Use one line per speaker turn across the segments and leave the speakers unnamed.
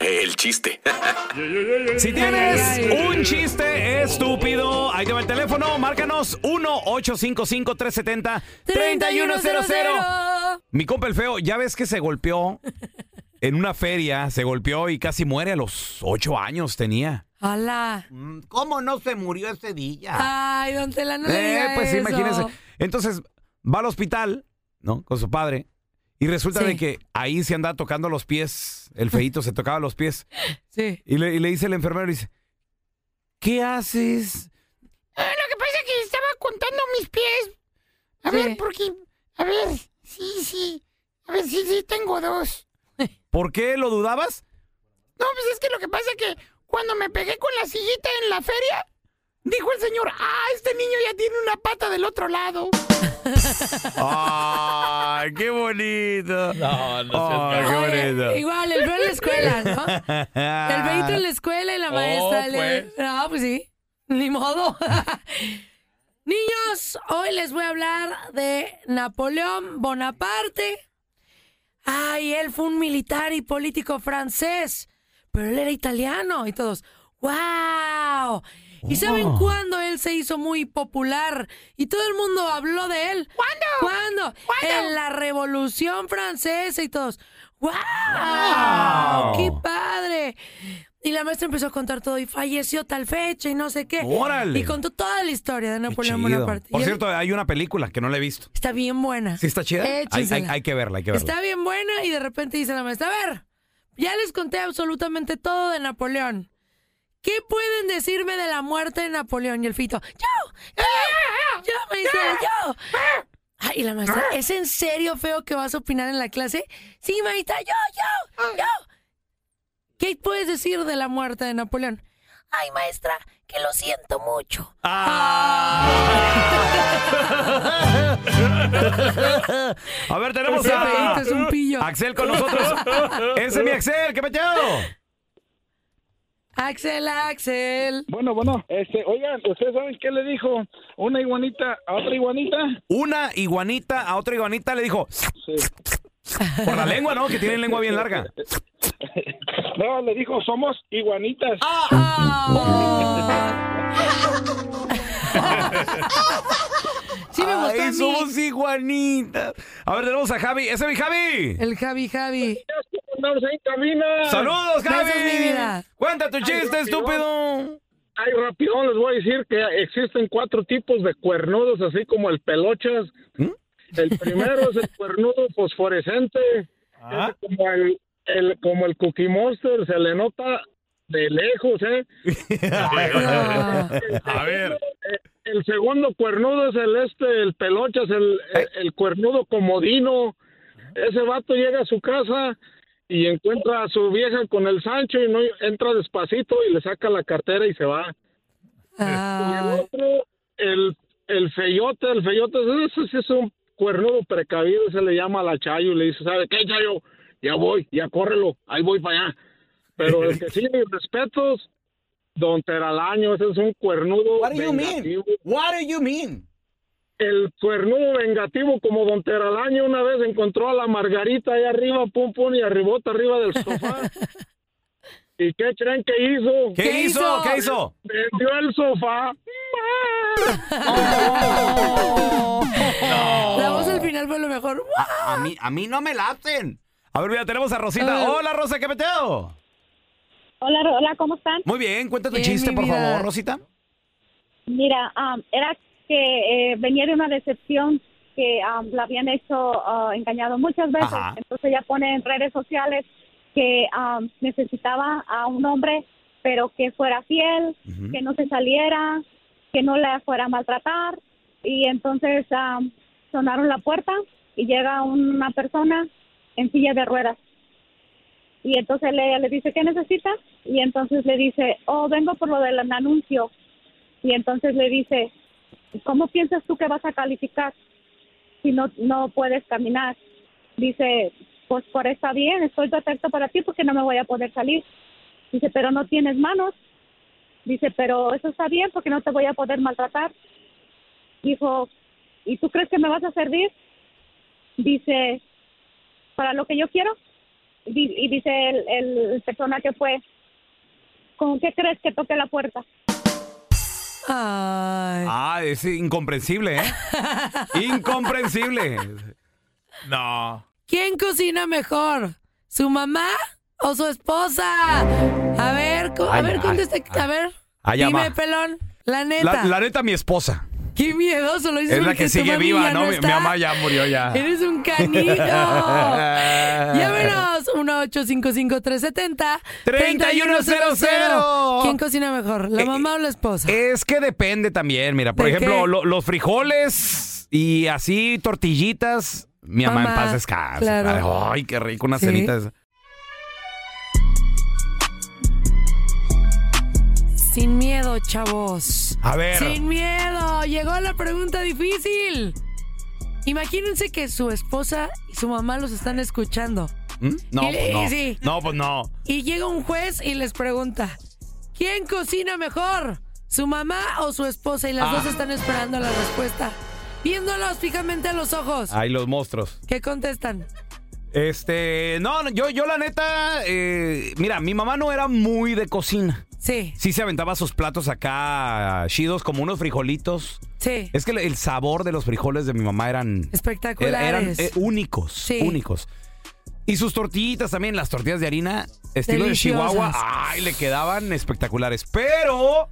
El chiste.
Si tienes un chiste estúpido, ahí te va el teléfono, márcanos 1-855-370-3100. Mi compa el feo, ya ves que se golpeó en una feria, se golpeó y casi muere a los 8 años tenía.
¡Hala!
Mm, ¿Cómo no se murió ese día?
Ay, don Tela, no le
Eh,
diga
pues
eso.
imagínense. Entonces va al hospital, ¿no? Con su padre. Y resulta
Sí.
de que ahí se andaba tocando los pies. El feito se tocaba los pies.
Sí.
Y le, y le dice el enfermero, dice, ¿qué haces?
Lo que pasa es que estaba contando mis pies. A
Sí.
ver, porque. A ver, sí, sí. A ver, sí, sí, tengo dos.
¿Por qué lo dudabas?
No, pues es que lo que pasa es que cuando me pegué con la sillita en la feria, dijo el señor: Ah, este niño ya tiene una pata del otro lado.
¡Ay, qué Ah, bonito! No, no Ay,
Oye,
qué bonito.
igual, el feo en la escuela, ¿no? El feito en la escuela y la maestra. le- No, pues sí. Ni modo. Niños, hoy les voy a hablar de Napoleón Bonaparte. Ay, él fue un militar y político francés, pero él era italiano y todos, ¡wow! ¿Y saben cuándo él se hizo muy popular? Y todo el mundo habló de él. ¿Cuándo? ¿Cuándo? En la Revolución Francesa y todos, ¡wow! ¡Qué padre! Y la maestra empezó a contar todo y falleció tal fecha y no sé qué.
¡Órale!
Y contó toda la historia de
Qué
Napoleón
chido.
Bonaparte.
Por
Y él-
cierto, hay una película que no la he visto.
Está bien buena.
¿Sí está chida? Hay, hay-
Échensela.
hay que verla, hay que verla.
Está bien buena y de repente dice la maestra, a ver, ya les conté absolutamente todo de Napoleón. ¿Qué pueden decirme de la muerte de Napoleón? Y el fito, yo, yo, yo, me dice, yo. Ah, y la maestra, ¿es en serio feo que vas a opinar en la clase? Sí, maestra, yo, yo, yo. ¿Qué puedes decir de la muerte de Napoleón? Ay, maestra, que lo siento mucho.
Ah. A ver, tenemos
Ese
a
feíto es un pillo.
Axel con nosotros. Ese es mi Axel, qué peteado.
Axel, Axel.
Bueno, bueno, este, oigan, ¿ustedes saben qué le dijo una iguanita a otra iguanita?
Una iguanita a otra iguanita le dijo. Por la lengua, ¿no? Que tienen lengua bien larga.
No, le dijo, somos iguanitas.
Ah. sí me gustó a
Ay,
mí.
somos iguanitas. A ver, tenemos a Javi. Ese es mi Javi.
El Javi Javi.
Andamos ahí camina.
Saludos, Javi.
Besos, mi vida.
Cuenta tu chiste, estúpido.
Ay, rapidón, les voy a decir que existen cuatro tipos de cuernudos, así como el pelochas.
¿Mm?
El primero es el cuernudo fosforescente,
Ah.
ese como el, el- como el Cookie Monster, se le nota de lejos, ¿eh?
Ah.
A ver.
Eh, El segundo cuernudo es el este, el pelochas, el, el- el cuernudo comodino. Ese vato llega a su casa y encuentra a su vieja con el Sancho y no entra despacito y le saca la cartera y se va. Y el otro, el, el feyote, el feyote, ese sí es un cuernudo precavido, se le llama a la Chayo y le dice, ¿sabe qué, Chayo? Ya voy, ya córrelo, ahí voy para allá. Pero el que sí, mis respetos, Don Teralaño, ese es un cuernudo
What do you mean?
What do you mean? El cuernudo vengativo como Don Teralaño una vez encontró a la Margarita ahí arriba, pum pum, y arribota arriba del sofá. ¿Y qué creen que hizo?
¿Qué ¿Qué hizo? hizo? ¿Qué hizo?
Vendió el sofá.
La voz al final fue lo mejor.
A, a mí, a mí no me laten.
A ver, mira, tenemos a Rosita.
Ah.
A ver.
Hola, Rosa, ¿qué peteo?
Hola, Ro- hola, ¿cómo están?
Muy bien, cuenta tu chiste, por favor, Rosita.
Mira, am, era que eh, venía de una decepción que am, la habían hecho ah, engañado muchas veces.
Ajá.
Entonces ella pone en redes sociales que am, necesitaba a un hombre, pero que fuera fiel,
Ujú.
que no se saliera, que no la fuera a maltratar. Y entonces am, sonaron la puerta y llega una persona en silla de ruedas. Y entonces le, le dice, ¿qué necesita? Y entonces le dice, oh, vengo por lo del anuncio. Y entonces le dice, ¿cómo piensas tú que vas a calificar si no, no puedes caminar? Dice, pues por está bien, estoy perfecto para ti porque no me voy a poder salir. Dice, pero no tienes manos. Dice, pero eso está bien porque no te voy a poder maltratar. Dijo, ¿y tú crees que me vas a servir? Dice, para lo que yo quiero. Di- Y dice el, el persona que fue, ¿con qué crees que toque la puerta?
Ah, es incomprensible, ¿eh? incomprensible. No.
¿Quién cocina mejor? ¿Su mamá o su esposa? A ver, co- a
Ay,
ver,
ay,
contesta. A ver,
Ay,
dime,
ama.
pelón. La
La,
neta.
la neta, mi esposa.
Qué miedoso lo dices
Es la
porque
que
tu
sigue
mami
viva,
ya
¿no? Mi, mi
está.
mamá ya murió ya. Eh,
Eres un canijo. Llámenos 1-855-370-3100. ¿Quién cocina mejor, la mamá o la esposa?
Eh, Es que depende también, mira. Por
¿De
ejemplo,
qué?
lo- los frijoles y así tortillitas. Mi mamá, en
Mamá,
paz descanse.
claro.
Ay, qué rico, una
Sí.
cenita. esa.
Sin miedo, chavos.
A ver.
Sin miedo. Llegó la pregunta difícil. Imagínense que su esposa y su mamá los están escuchando.
¿Mm? No,
Y-
pues no.
sí.
No, pues no.
Y llega un juez y les pregunta, ¿quién cocina mejor? ¿Su mamá o su esposa? Y las
Ah.
dos están esperando la respuesta. Viéndolos fijamente a los ojos.
Ay, los monstruos.
¿Qué contestan?
Este, no, no, yo, yo la neta, eh, mira, mi mamá no era muy de cocina.
Sí.
Sí se aventaba sus platos acá chidos, como unos frijolitos.
Sí.
Es que el- el sabor de los frijoles de mi mamá eran...
Espectaculares.
era- eran eh, únicos, únicos. Y sus tortillitas también, las tortillas de harina, estilo
Deliciosas.
de Chihuahua, ay, le quedaban espectaculares. Pero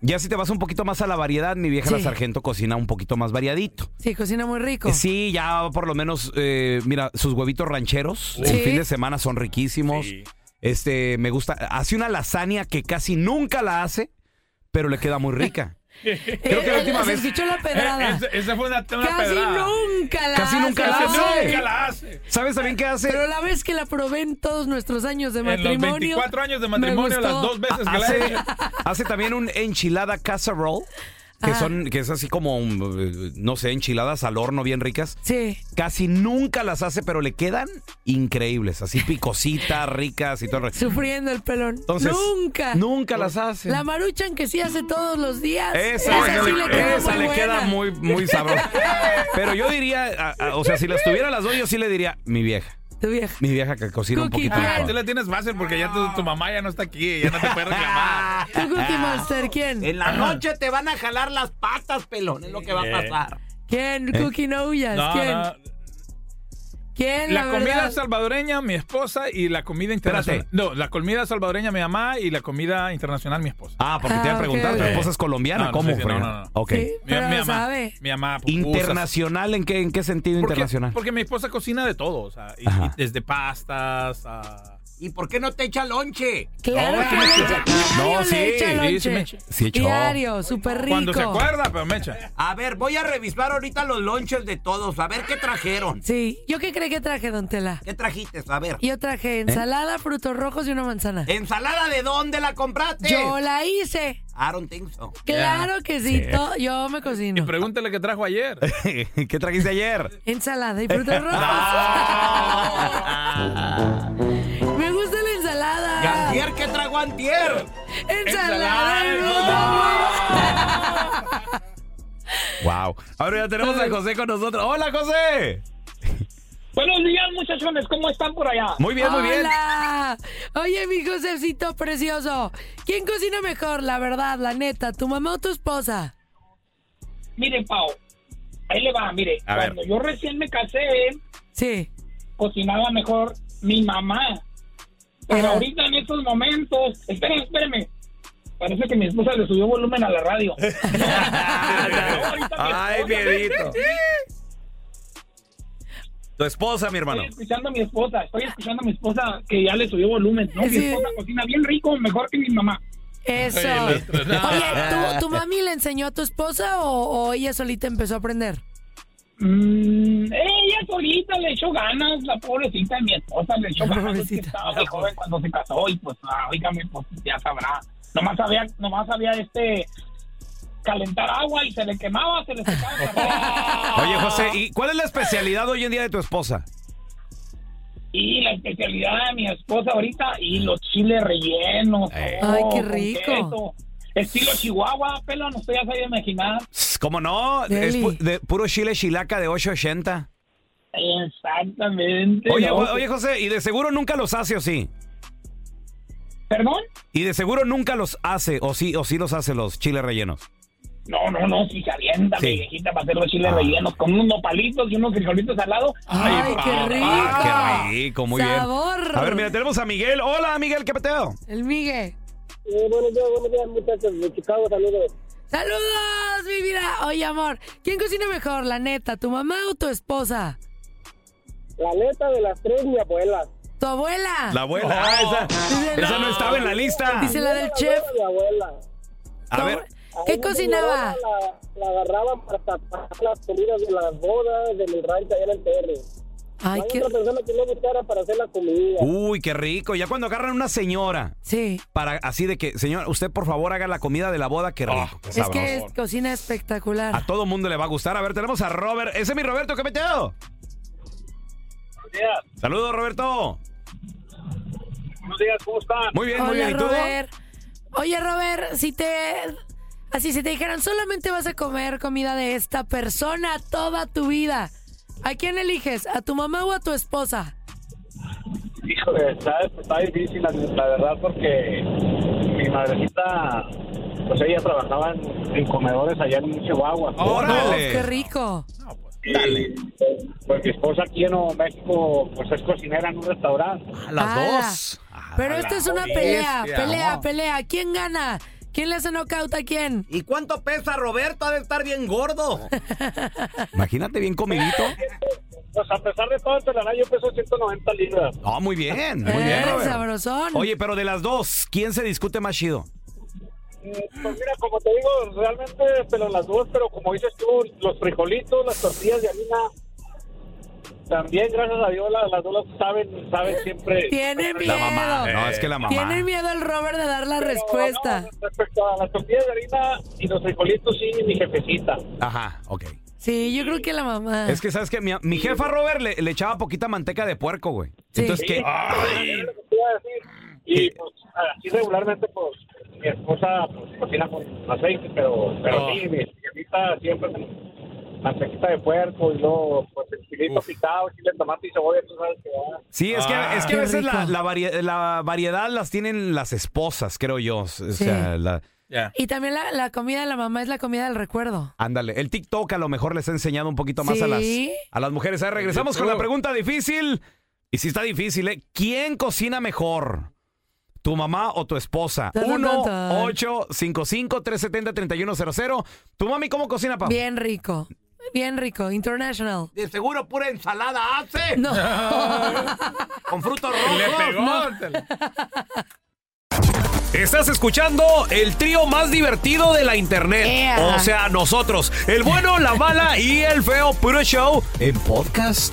ya si te vas un poquito más a la variedad, mi vieja la
Sí.
sargento cocina un poquito más variadito.
Sí, cocina muy rico.
Eh, Sí, ya por lo menos, eh, mira, sus huevitos rancheros
Sí.
el fin de semana son riquísimos. Este, me gusta. Hace una lasaña que casi nunca la hace, pero le queda muy rica. Ah. Creo que la
Eh,
última
se
vez-
escuchó la pedrada.
Eh, esa-
fue una,
Casi nunca la
Casi
hace.
nunca la
Casi
hace.
nunca la
hace.
¿Sabes también qué hace?
Pero la vez que la probé en todos nuestros años de
En los
matrimonio.
24
años de
me
matrimonio, las
gustó.
dos veces que la he
hace, hace también un enchilada casserole. Que,
Ah.
son, que es así como, mm, no sé, enchiladas al horno bien ricas.
Sí.
Casi nunca las hace, pero le quedan increíbles. Así picositas, ricas y todo. el re-
Sufriendo el pelón.
Entonces,
nunca.
nunca las hace.
La maruchan que sí hace todos los días.
Esa,
sí
le,
le queda
esa
muy
le queda
buena.
muy, muy sabrosa. Pero yo diría, a- a- o sea, si las tuviera las dos, yo sí le diría, mi vieja.
Tu vieja.
Mi vieja que cocina un poquito
Ah, tú
mejor.
la tienes fácil porque ya tu, tu mamá ya no está aquí, ya no te puede reclamar.
¿Tú, Cookie Monster, quién?
En la
Noche te van a jalar las patas, pelón, es lo que va a
Eh.
pasar.
¿Quién?
Eh.
Cookie, no huyas.
No,
¿Quién?
no.
¿Quién? La,
La comida
verdad.
salvadoreña, mi esposa, y la comida internacional. No, la comida salvadoreña, mi mamá, y la comida internacional, mi esposa.
Ah, porque te iba a preguntar, ¿tu esposa es
No,
colombiana?
no
¿Cómo
sé si-
fue?
no, no, no.
Ok.
Sí, Mi- pero mi lo mamá, sabe. mi mamá, pupusas.
¿Internacional? ¿En qué, en qué sentido
Porque-
internacional?
Porque mi esposa cocina de todo, o sea, y-
Ajá.
y desde pastas ah. a
¿Y por qué no te echa lonche?
Claro
No,
que
me
le
echa-
echa- diario
No,
le
sí,
echa
sí, sí
lonche.
me echa.
Diario, súper rico.
Cuando se acuerda, pero me echa.
A ver, voy a revisar ahorita los lonches de todos, a ver qué trajeron.
Sí, ¿yo qué cree que traje, don Tela?
¿Qué trajiste? A ver.
Yo traje ensalada, frutos rojos y una manzana.
¿Ensalada de dónde la compraste?
Yo la hice.
I don't think so.
Claro que sí, to- yo me cocino.
Y pregúntale qué trajo ayer.
¿Qué trajiste ayer?
Ensalada y frutos Oh. rojos. me gusta la ensalada.
¿Y antier qué trajo antier?
Ensalada y frutos
Wow. Ahora ya tenemos a José con nosotros. ¡Hola, José!
Buenos días, muchachones. ¿Cómo están por allá?
Muy bien, muy bien.
Hola. Oye, mi Josefcito precioso, ¿quién cocina mejor, la verdad, la neta, tu mamá o tu esposa?
Miren, Pau. Ahí le va, mire.
A ver.
cuando yo recién me casé,
sí.
cocinaba mejor mi mamá. Pero
Ajá.
ahorita en estos momentos. Espérenme, espérenme. Parece que mi esposa le subió volumen a la radio.
Ay, miedito. Tu esposa, mi hermano.
Estoy escuchando a mi esposa. Estoy escuchando a mi esposa que ya le subió volumen. No, mi
Sí.
esposa cocina bien rico, mejor que mi mamá.
Eso.
Oye,
Oh, ¿Tu, tu mami le enseñó a tu esposa o, o ella solita empezó a aprender?
Mm, ella solita le echó ganas, la pobrecita de mi esposa le echó ganas, es que estaba muy joven cuando se casó y pues, ah, oígame, pues ya sabrá. Nomás sabía, nomás sabía este calentar agua y se le quemaba, se le secaba.
Oye, José, ¿y cuál es la especialidad hoy en día de tu esposa?
y la especialidad de mi esposa ahorita y los chiles rellenos.
Ay, qué
con
rico.
queso. Estilo Chihuahua, pelón, usted ya sabía imaginar.
¿Cómo no? Es
Deli.
pu- de puro chile chilaca de 880.
Exactamente.
Oye,
¿no?
jo- oye, José, ¿y de seguro nunca los hace o sí?
¿Perdón?
¿Y de seguro nunca los hace o sí o sí los hace los chiles rellenos?
No, no, no, si se avienta,
Sí. Ah.
mi viejita, para hacer los chiles rellenos con unos nopalitos y unos frijolitos al lado.
¡Ay,
papá,
qué rico! ¡Qué rico! Muy bien.
Sabor.
A ver, mira, tenemos a Miguel. Hola, Miguel, ¿qué peteo?
El Migue.
Eh, buenos días, buenos días, muchachos. De Chicago, saludos.
¡Saludos, mi vida! Oye, amor, ¿quién cocina mejor, la neta, tu mamá o tu esposa?
La neta de las tres, mi abuela.
¿Tu abuela?
La abuela. Ah, esa,
Dice,
esa no estaba en la lista.
Oh. Dice la del chef.
Mi abuela.
A ver,
¿Qué
Ahí
cocinaba?
mi abuela La, la agarraban para tapar las comidas de las bodas de mi rancho allá en el TR.
Ay,
no hay otra persona que no buscara para hacer la comida.
Uy, qué rico. Ya cuando agarran una señora.
Sí.
Para así de que, señor, usted por favor haga la comida de la boda, qué rico. qué
Es
sabroso.
que es- cocina espectacular.
A todo mundo le va a gustar. A ver, tenemos a Robert. Ese es mi Roberto, ¿qué peteo? Saludos, Roberto.
Buenos días, ¿cómo están?
Muy bien, muy
Hola,
bien. ¿Y tú?
Robert. Oye, Robert, si te. Así, si te dijeran, solamente vas a comer comida de esta persona toda tu vida. ¿A quién eliges? ¿A tu mamá o a tu esposa?
Híjole, está, está difícil, la, la verdad, porque mi madrecita, pues ella trabajaba en, en comedores allá en Chihuahua.
Oh,
Eh.
¡Qué rico!
Y, Pues mi esposa aquí en Nuevo México, pues es cocinera en un restaurante.
Ah,
A
las ¡Hala! dos.
Ah,
Pero esta es una pelea, pelea, pelea. ¿Quién gana? ¿Quién le hace knockout a quién?
¿Y cuánto pesa Roberto? Ha de estar bien gordo.
Imagínate bien comidito.
Pues a pesar de todo, el telanay yo peso 190 libras.
Ah, muy bien, muy
Eh,
bien. Robert.
sabrosón.
Oye, pero de las dos, ¿quién se discute más chido?
Mm, Pues mira, como te digo, realmente pero las dos, pero como dices tú, los frijolitos, las tortillas de harina, también gracias a Dios las, las dos las saben, saben siempre.
Tiene
La
miedo.
mamá, no, es que la mamá.
Tiene miedo el Robert de dar la respuesta.
Respecto a las tortillas de harina y los frijolitos, sí, mi jefecita.
Ajá, ok.
Sí, yo creo que la mamá.
Es que sabes que mi, mi jefa Robert le, le echaba poquita manteca de puerco, güey. Entonces que. ¡Ay!
Y pues así regularmente, pues mi esposa pues, cocina con aceite, pero, pero
Oh.
sí, mi jefecita siempre con mantequita de puerco y luego pues el chilito picado, chile, tomate y cebolla, tú sabes que va.
Sí, es que, es que
Qué
a veces la,
rico.
la varie- la variedad las tienen las esposas, creo yo. O sea, la-
Y también la, la comida de la mamá es la comida del recuerdo.
Ándale, el TikTok a lo mejor les ha enseñado un poquito más a, las,
Sí.
a las mujeres. Ahí regresamos con la pregunta difícil. Y si está difícil, ¿eh? ¿Quién cocina mejor? ¿Tu mamá o tu esposa?
Tan, tan, tan, tan.
1-855-370-3100. ¿Tu mami cómo cocina, Pau?
Bien rico. bien rico, international.
De seguro pura ensalada hace.
No.
Con frutos rojos. Le pegó.
Estás escuchando el trío más divertido de la internet.
Ea.
O sea, nosotros. El bueno, la mala y el feo puro show en podcast.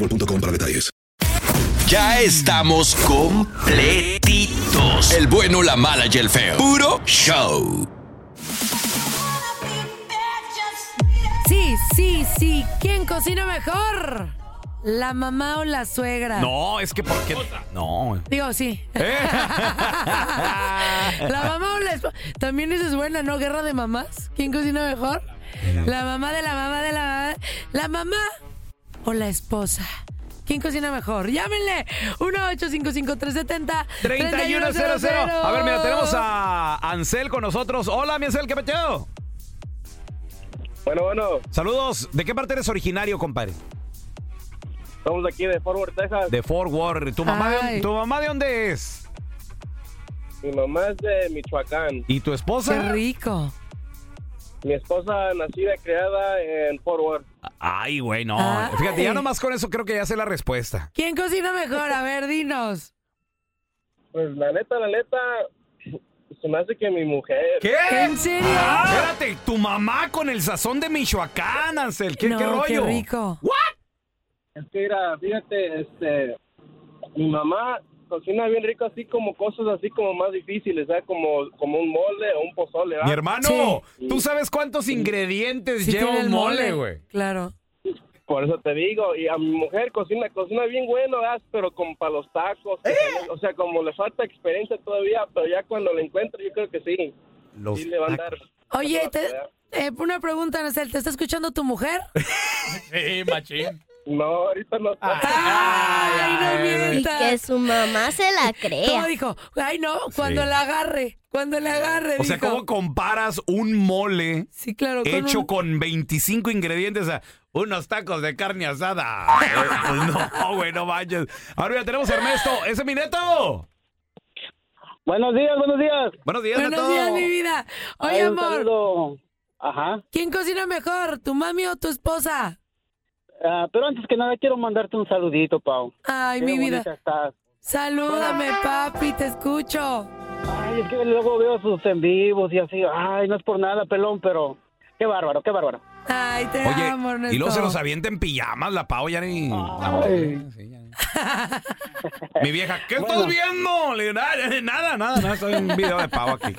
para detalles.
Ya estamos completitos. El bueno, la mala y el feo. Puro show.
Sí, sí, sí. ¿Quién cocina mejor? ¿La mamá o la suegra?
No, es que porque. No.
Digo, sí. La mamá o la esp- También esa es buena, ¿no? Guerra de mamás. ¿Quién cocina mejor?
Mm.
La mamá de la mamá de la mamá. La mamá o la esposa. ¿Quién cocina mejor? Llámenle
3100.
1-855-370-3100.
A ver, mira, tenemos a Ansel con nosotros. Hola, mi Ansel, ¿qué peteo?
Bueno, bueno.
Saludos. ¿De qué parte eres originario, compadre?
Somos de aquí de Fort Worth, Texas.
De Fort Worth. ¿Tu mamá, de,
Ay.
dónde- ¿Tu mamá de dónde es?
Mi mamá es de Michoacán.
¿Y tu esposa?
Qué
rico.
Mi esposa nacida y criada en Fort Worth.
Ay, güey, no.
Ay.
Fíjate, ya nomás con eso creo que ya sé la respuesta.
¿Quién cocina mejor? A ver, dinos.
Pues la neta, la neta, se me hace que mi mujer.
¿Qué? ¿En serio? espérate, tu mamá con el sazón de Michoacán, Ansel. ¿Qué, qué rollo?
Es que mira, fíjate, este, mi mamá cocina bien rico así como cosas así como más difíciles, ¿sabes? Como, como un mole o un pozole, ¿verdad?
Mi hermano, tú sabes cuántos ingredientes
Sí
lleva
tiene
un
el
mole,
mole.
güey.
Claro.
Por eso te digo, y a mi mujer cocina, cocina bien bueno, ¿verdad? pero como para los tacos, o sea, como le falta experiencia todavía, pero ya cuando la encuentro yo creo que sí. sí le van a dar.
Oye, te- eh, una pregunta, Anacel. ¿Te está escuchando tu mujer?
Sí, machín. No, ahorita no está.
Y que su mamá se la crea.
No, dijo, ay no, cuando la agarre, cuando la agarre.
O sea,
dijo.
¿cómo comparas un mole
claro, con
hecho
un-
con 25 ingredientes a unos tacos de carne asada? Eh, pues no, güey, no vayas. Ahora ya tenemos a Ernesto. ¡Ese es mi neto!
Buenos días, buenos días.
Buenos días,
Buenos
Neto.
días, mi vida. Oye,
Ay, un
amor.
Ajá.
¿Quién cocina mejor, tu mami o tu esposa?
Ah, pero antes que nada quiero mandarte un saludito, Pau.
Ay,
Qué
mi vida.
bonita estás.
Salúdame, papi, te escucho.
Ay, es que luego veo sus en vivos y así. Ay, no es por nada, pelón, pero qué bárbaro, qué bárbaro.
Ay, te
Oye,
amo, Ernesto.
Y luego se los avienta en pijamas, la pavo ya ni... Mi vieja, ¿qué estás viendo? Le digo, "Nada, nada, nada, nada, estoy en un video de pavo aquí.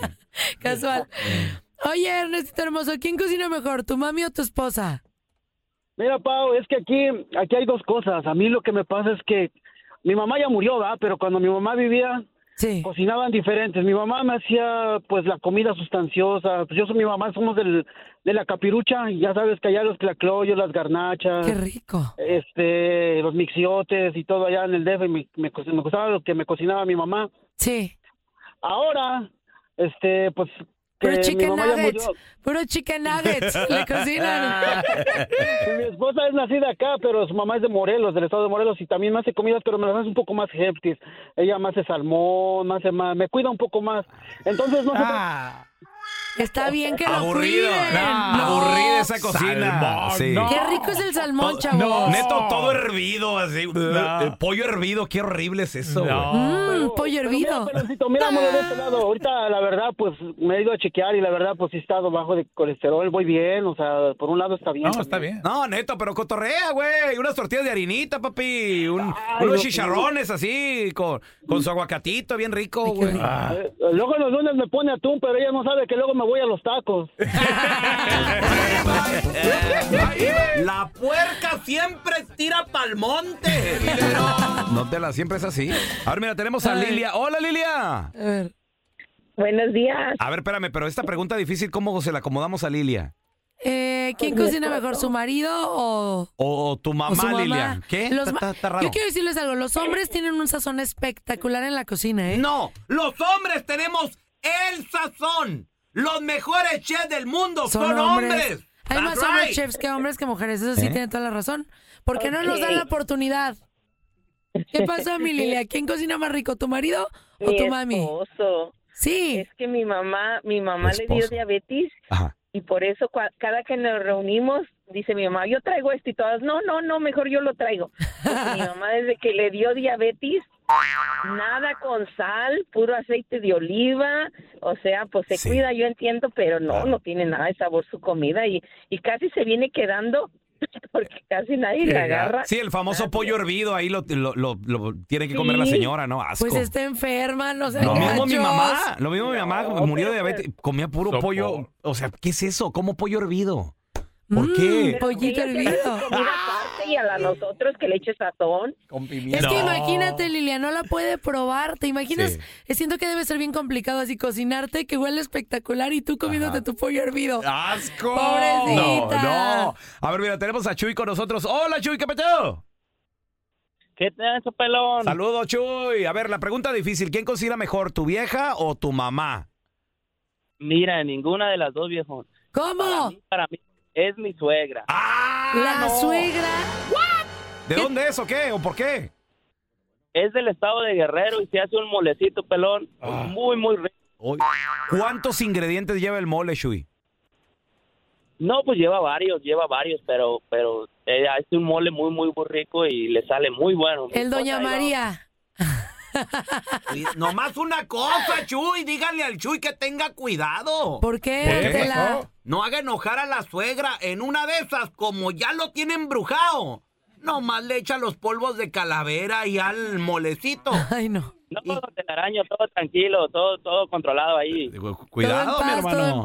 Casual.
Mm.
Oye, Ernestito hermoso, ¿quién cocina mejor, tu mami o tu esposa?
Mira, Pau, es que aquí, aquí hay dos cosas. A mí lo que me pasa es que mi mamá ya murió, ¿va? Pero cuando mi mamá vivía, cocinaban diferentes. Mi mamá me hacía pues la comida sustanciosa. Pues yo soy mi mamá, somos del, de la capirucha, y ya sabes que allá los clacloyos, las garnachas.
Qué rico.
Este, los mixiotes y todo allá en el DF, y me, me, co- me gustaba lo que me cocinaba mi mamá.
Sí.
Ahora, este, pues... que
Puro
mi
chicken
mamá Ah. ya
nuggets.
murió.
Puro chicken nuggets. Le cocinan.
Pues Mi esposa es nacida acá, pero su mamá es de Morelos, del estado de Morelos, y también me hace comidas, pero me las hace un poco más hefties. Ella me hace salmón, me hace más, me cuida un poco más. Entonces, no
Ah.
Está bien que lo
Aburrido.
cuiden.
Nah,
No.
Aburrida esa cocina.
Salmón,
Sí.
no.
Qué rico es el salmón, chavo.
Neto, todo hervido, así.
No.
El pollo hervido, qué horrible es eso. güey.
Mm, pollo hervido.
Peloncito, mira, amor, de este lado, ahorita la verdad, pues me he ido a chequear y la verdad, pues sí he estado bajo de colesterol, voy bien, o sea, por un lado está bien. también.
No, Neto, pero cotorrea, güey. Unas tortillas de harinita, papi. Un-
no,
unos chicharrones así, con, con su aguacatito, bien rico, güey. Ah.
Eh, Luego los lunes me pone atún, pero ella no sabe que luego me voy a los tacos.
La puerca siempre tira pa'l monte.
No te la siempre es así. A ver, mira, tenemos a
Ay.
Lilia. Hola, Lilia.
Buenos días.
A ver, espérame, pero esta pregunta difícil, ¿cómo se la acomodamos a Lilia?
Eh, ¿Quién cocina mejor, su marido o
O, o tu mamá,
O su mamá.
Lilia. ¿Qué?
Los
Está-
ma-
está- está raro.
Yo quiero decirles algo. Los hombres tienen un sazón espectacular en la cocina, ¿eh?
No. Los hombres tenemos el sazón. Los mejores chefs del mundo son, hombres.
Hay
That's
más
right.
hombres chefs que hombres que mujeres. Eso sí
¿Eh?
tiene toda la razón. Porque no nos dan la
Ok.
oportunidad. ¿Qué pasó, mi Lilia? ¿Quién cocina más rico, tu marido o
Mi
tu mami?
esposo.
Sí.
Es que mi mamá, mi mamá
Tu
le dio
esposo.
diabetes y por eso cua- cada que nos reunimos dice mi mamá, yo traigo esto y todas, no, no, no, mejor yo lo traigo. Porque mi mamá desde que le dio diabetes, nada con sal, puro aceite de oliva, o sea, pues se cuida, yo entiendo, pero no, no tiene nada de sabor su comida y, y casi se viene quedando porque casi nadie la agarra.
Sí, el famoso pollo hervido, ahí lo, lo- lo- lo tiene que comer la
Sí.
señora, ¿no? Asco.
Pues está enferma, no sé.
Lo mismo mi
gachos.
mamá, lo mismo mi mamá murió de diabetes, comía puro pollo, o sea, ¿qué es eso? ¿Cómo pollo hervido? ¿Por qué?
Pollito
Ella tiene su
hervido.
comida aparte y a la nosotros que le eche sazón.
Es que imagínate, Lilia, no la puede probar. ¿Te imaginas?
Sí.
Eh, Siento que debe ser bien complicado así cocinarte, que huele espectacular y tú comiéndote tu pollo hervido.
Ah. ¡Asco! No,
¡Pobrecita!
no. A ver, mira, tenemos a Chuy con nosotros. Hola, Chuy, ¿qué peteo?
¿Qué tal, pelón?
Saludos, Chuy. A ver, la pregunta difícil, ¿quién cocina mejor, tu vieja o tu mamá?
Mira, ninguna de las dos, viejo.
¿Cómo?
Para mí, para mí es mi suegra.
La suegra.
Ah, ¿De dónde es o qué? ¿O por qué?
Es del estado de Guerrero y se hace un molecito, pelón.
Ah.
Muy, muy rico.
¿Cuántos ingredientes lleva el mole, Chuy?
No, pues lleva varios, lleva varios, pero pero eh, hace un mole muy, muy muy rico y le sale muy bueno.
Pues,
El Doña María.
Nomás una cosa, Chuy. Díganle al Chuy que tenga cuidado.
¿Por qué? ¿Por qué? Tela?
No haga enojar a la suegra. En una de esas, como ya lo tiene embrujado, nomás le echa los polvos de calavera y al molecito.
Ay, no.
No, don Telaraño, todo tranquilo, todo todo controlado ahí.
Cuidado, mi hermano.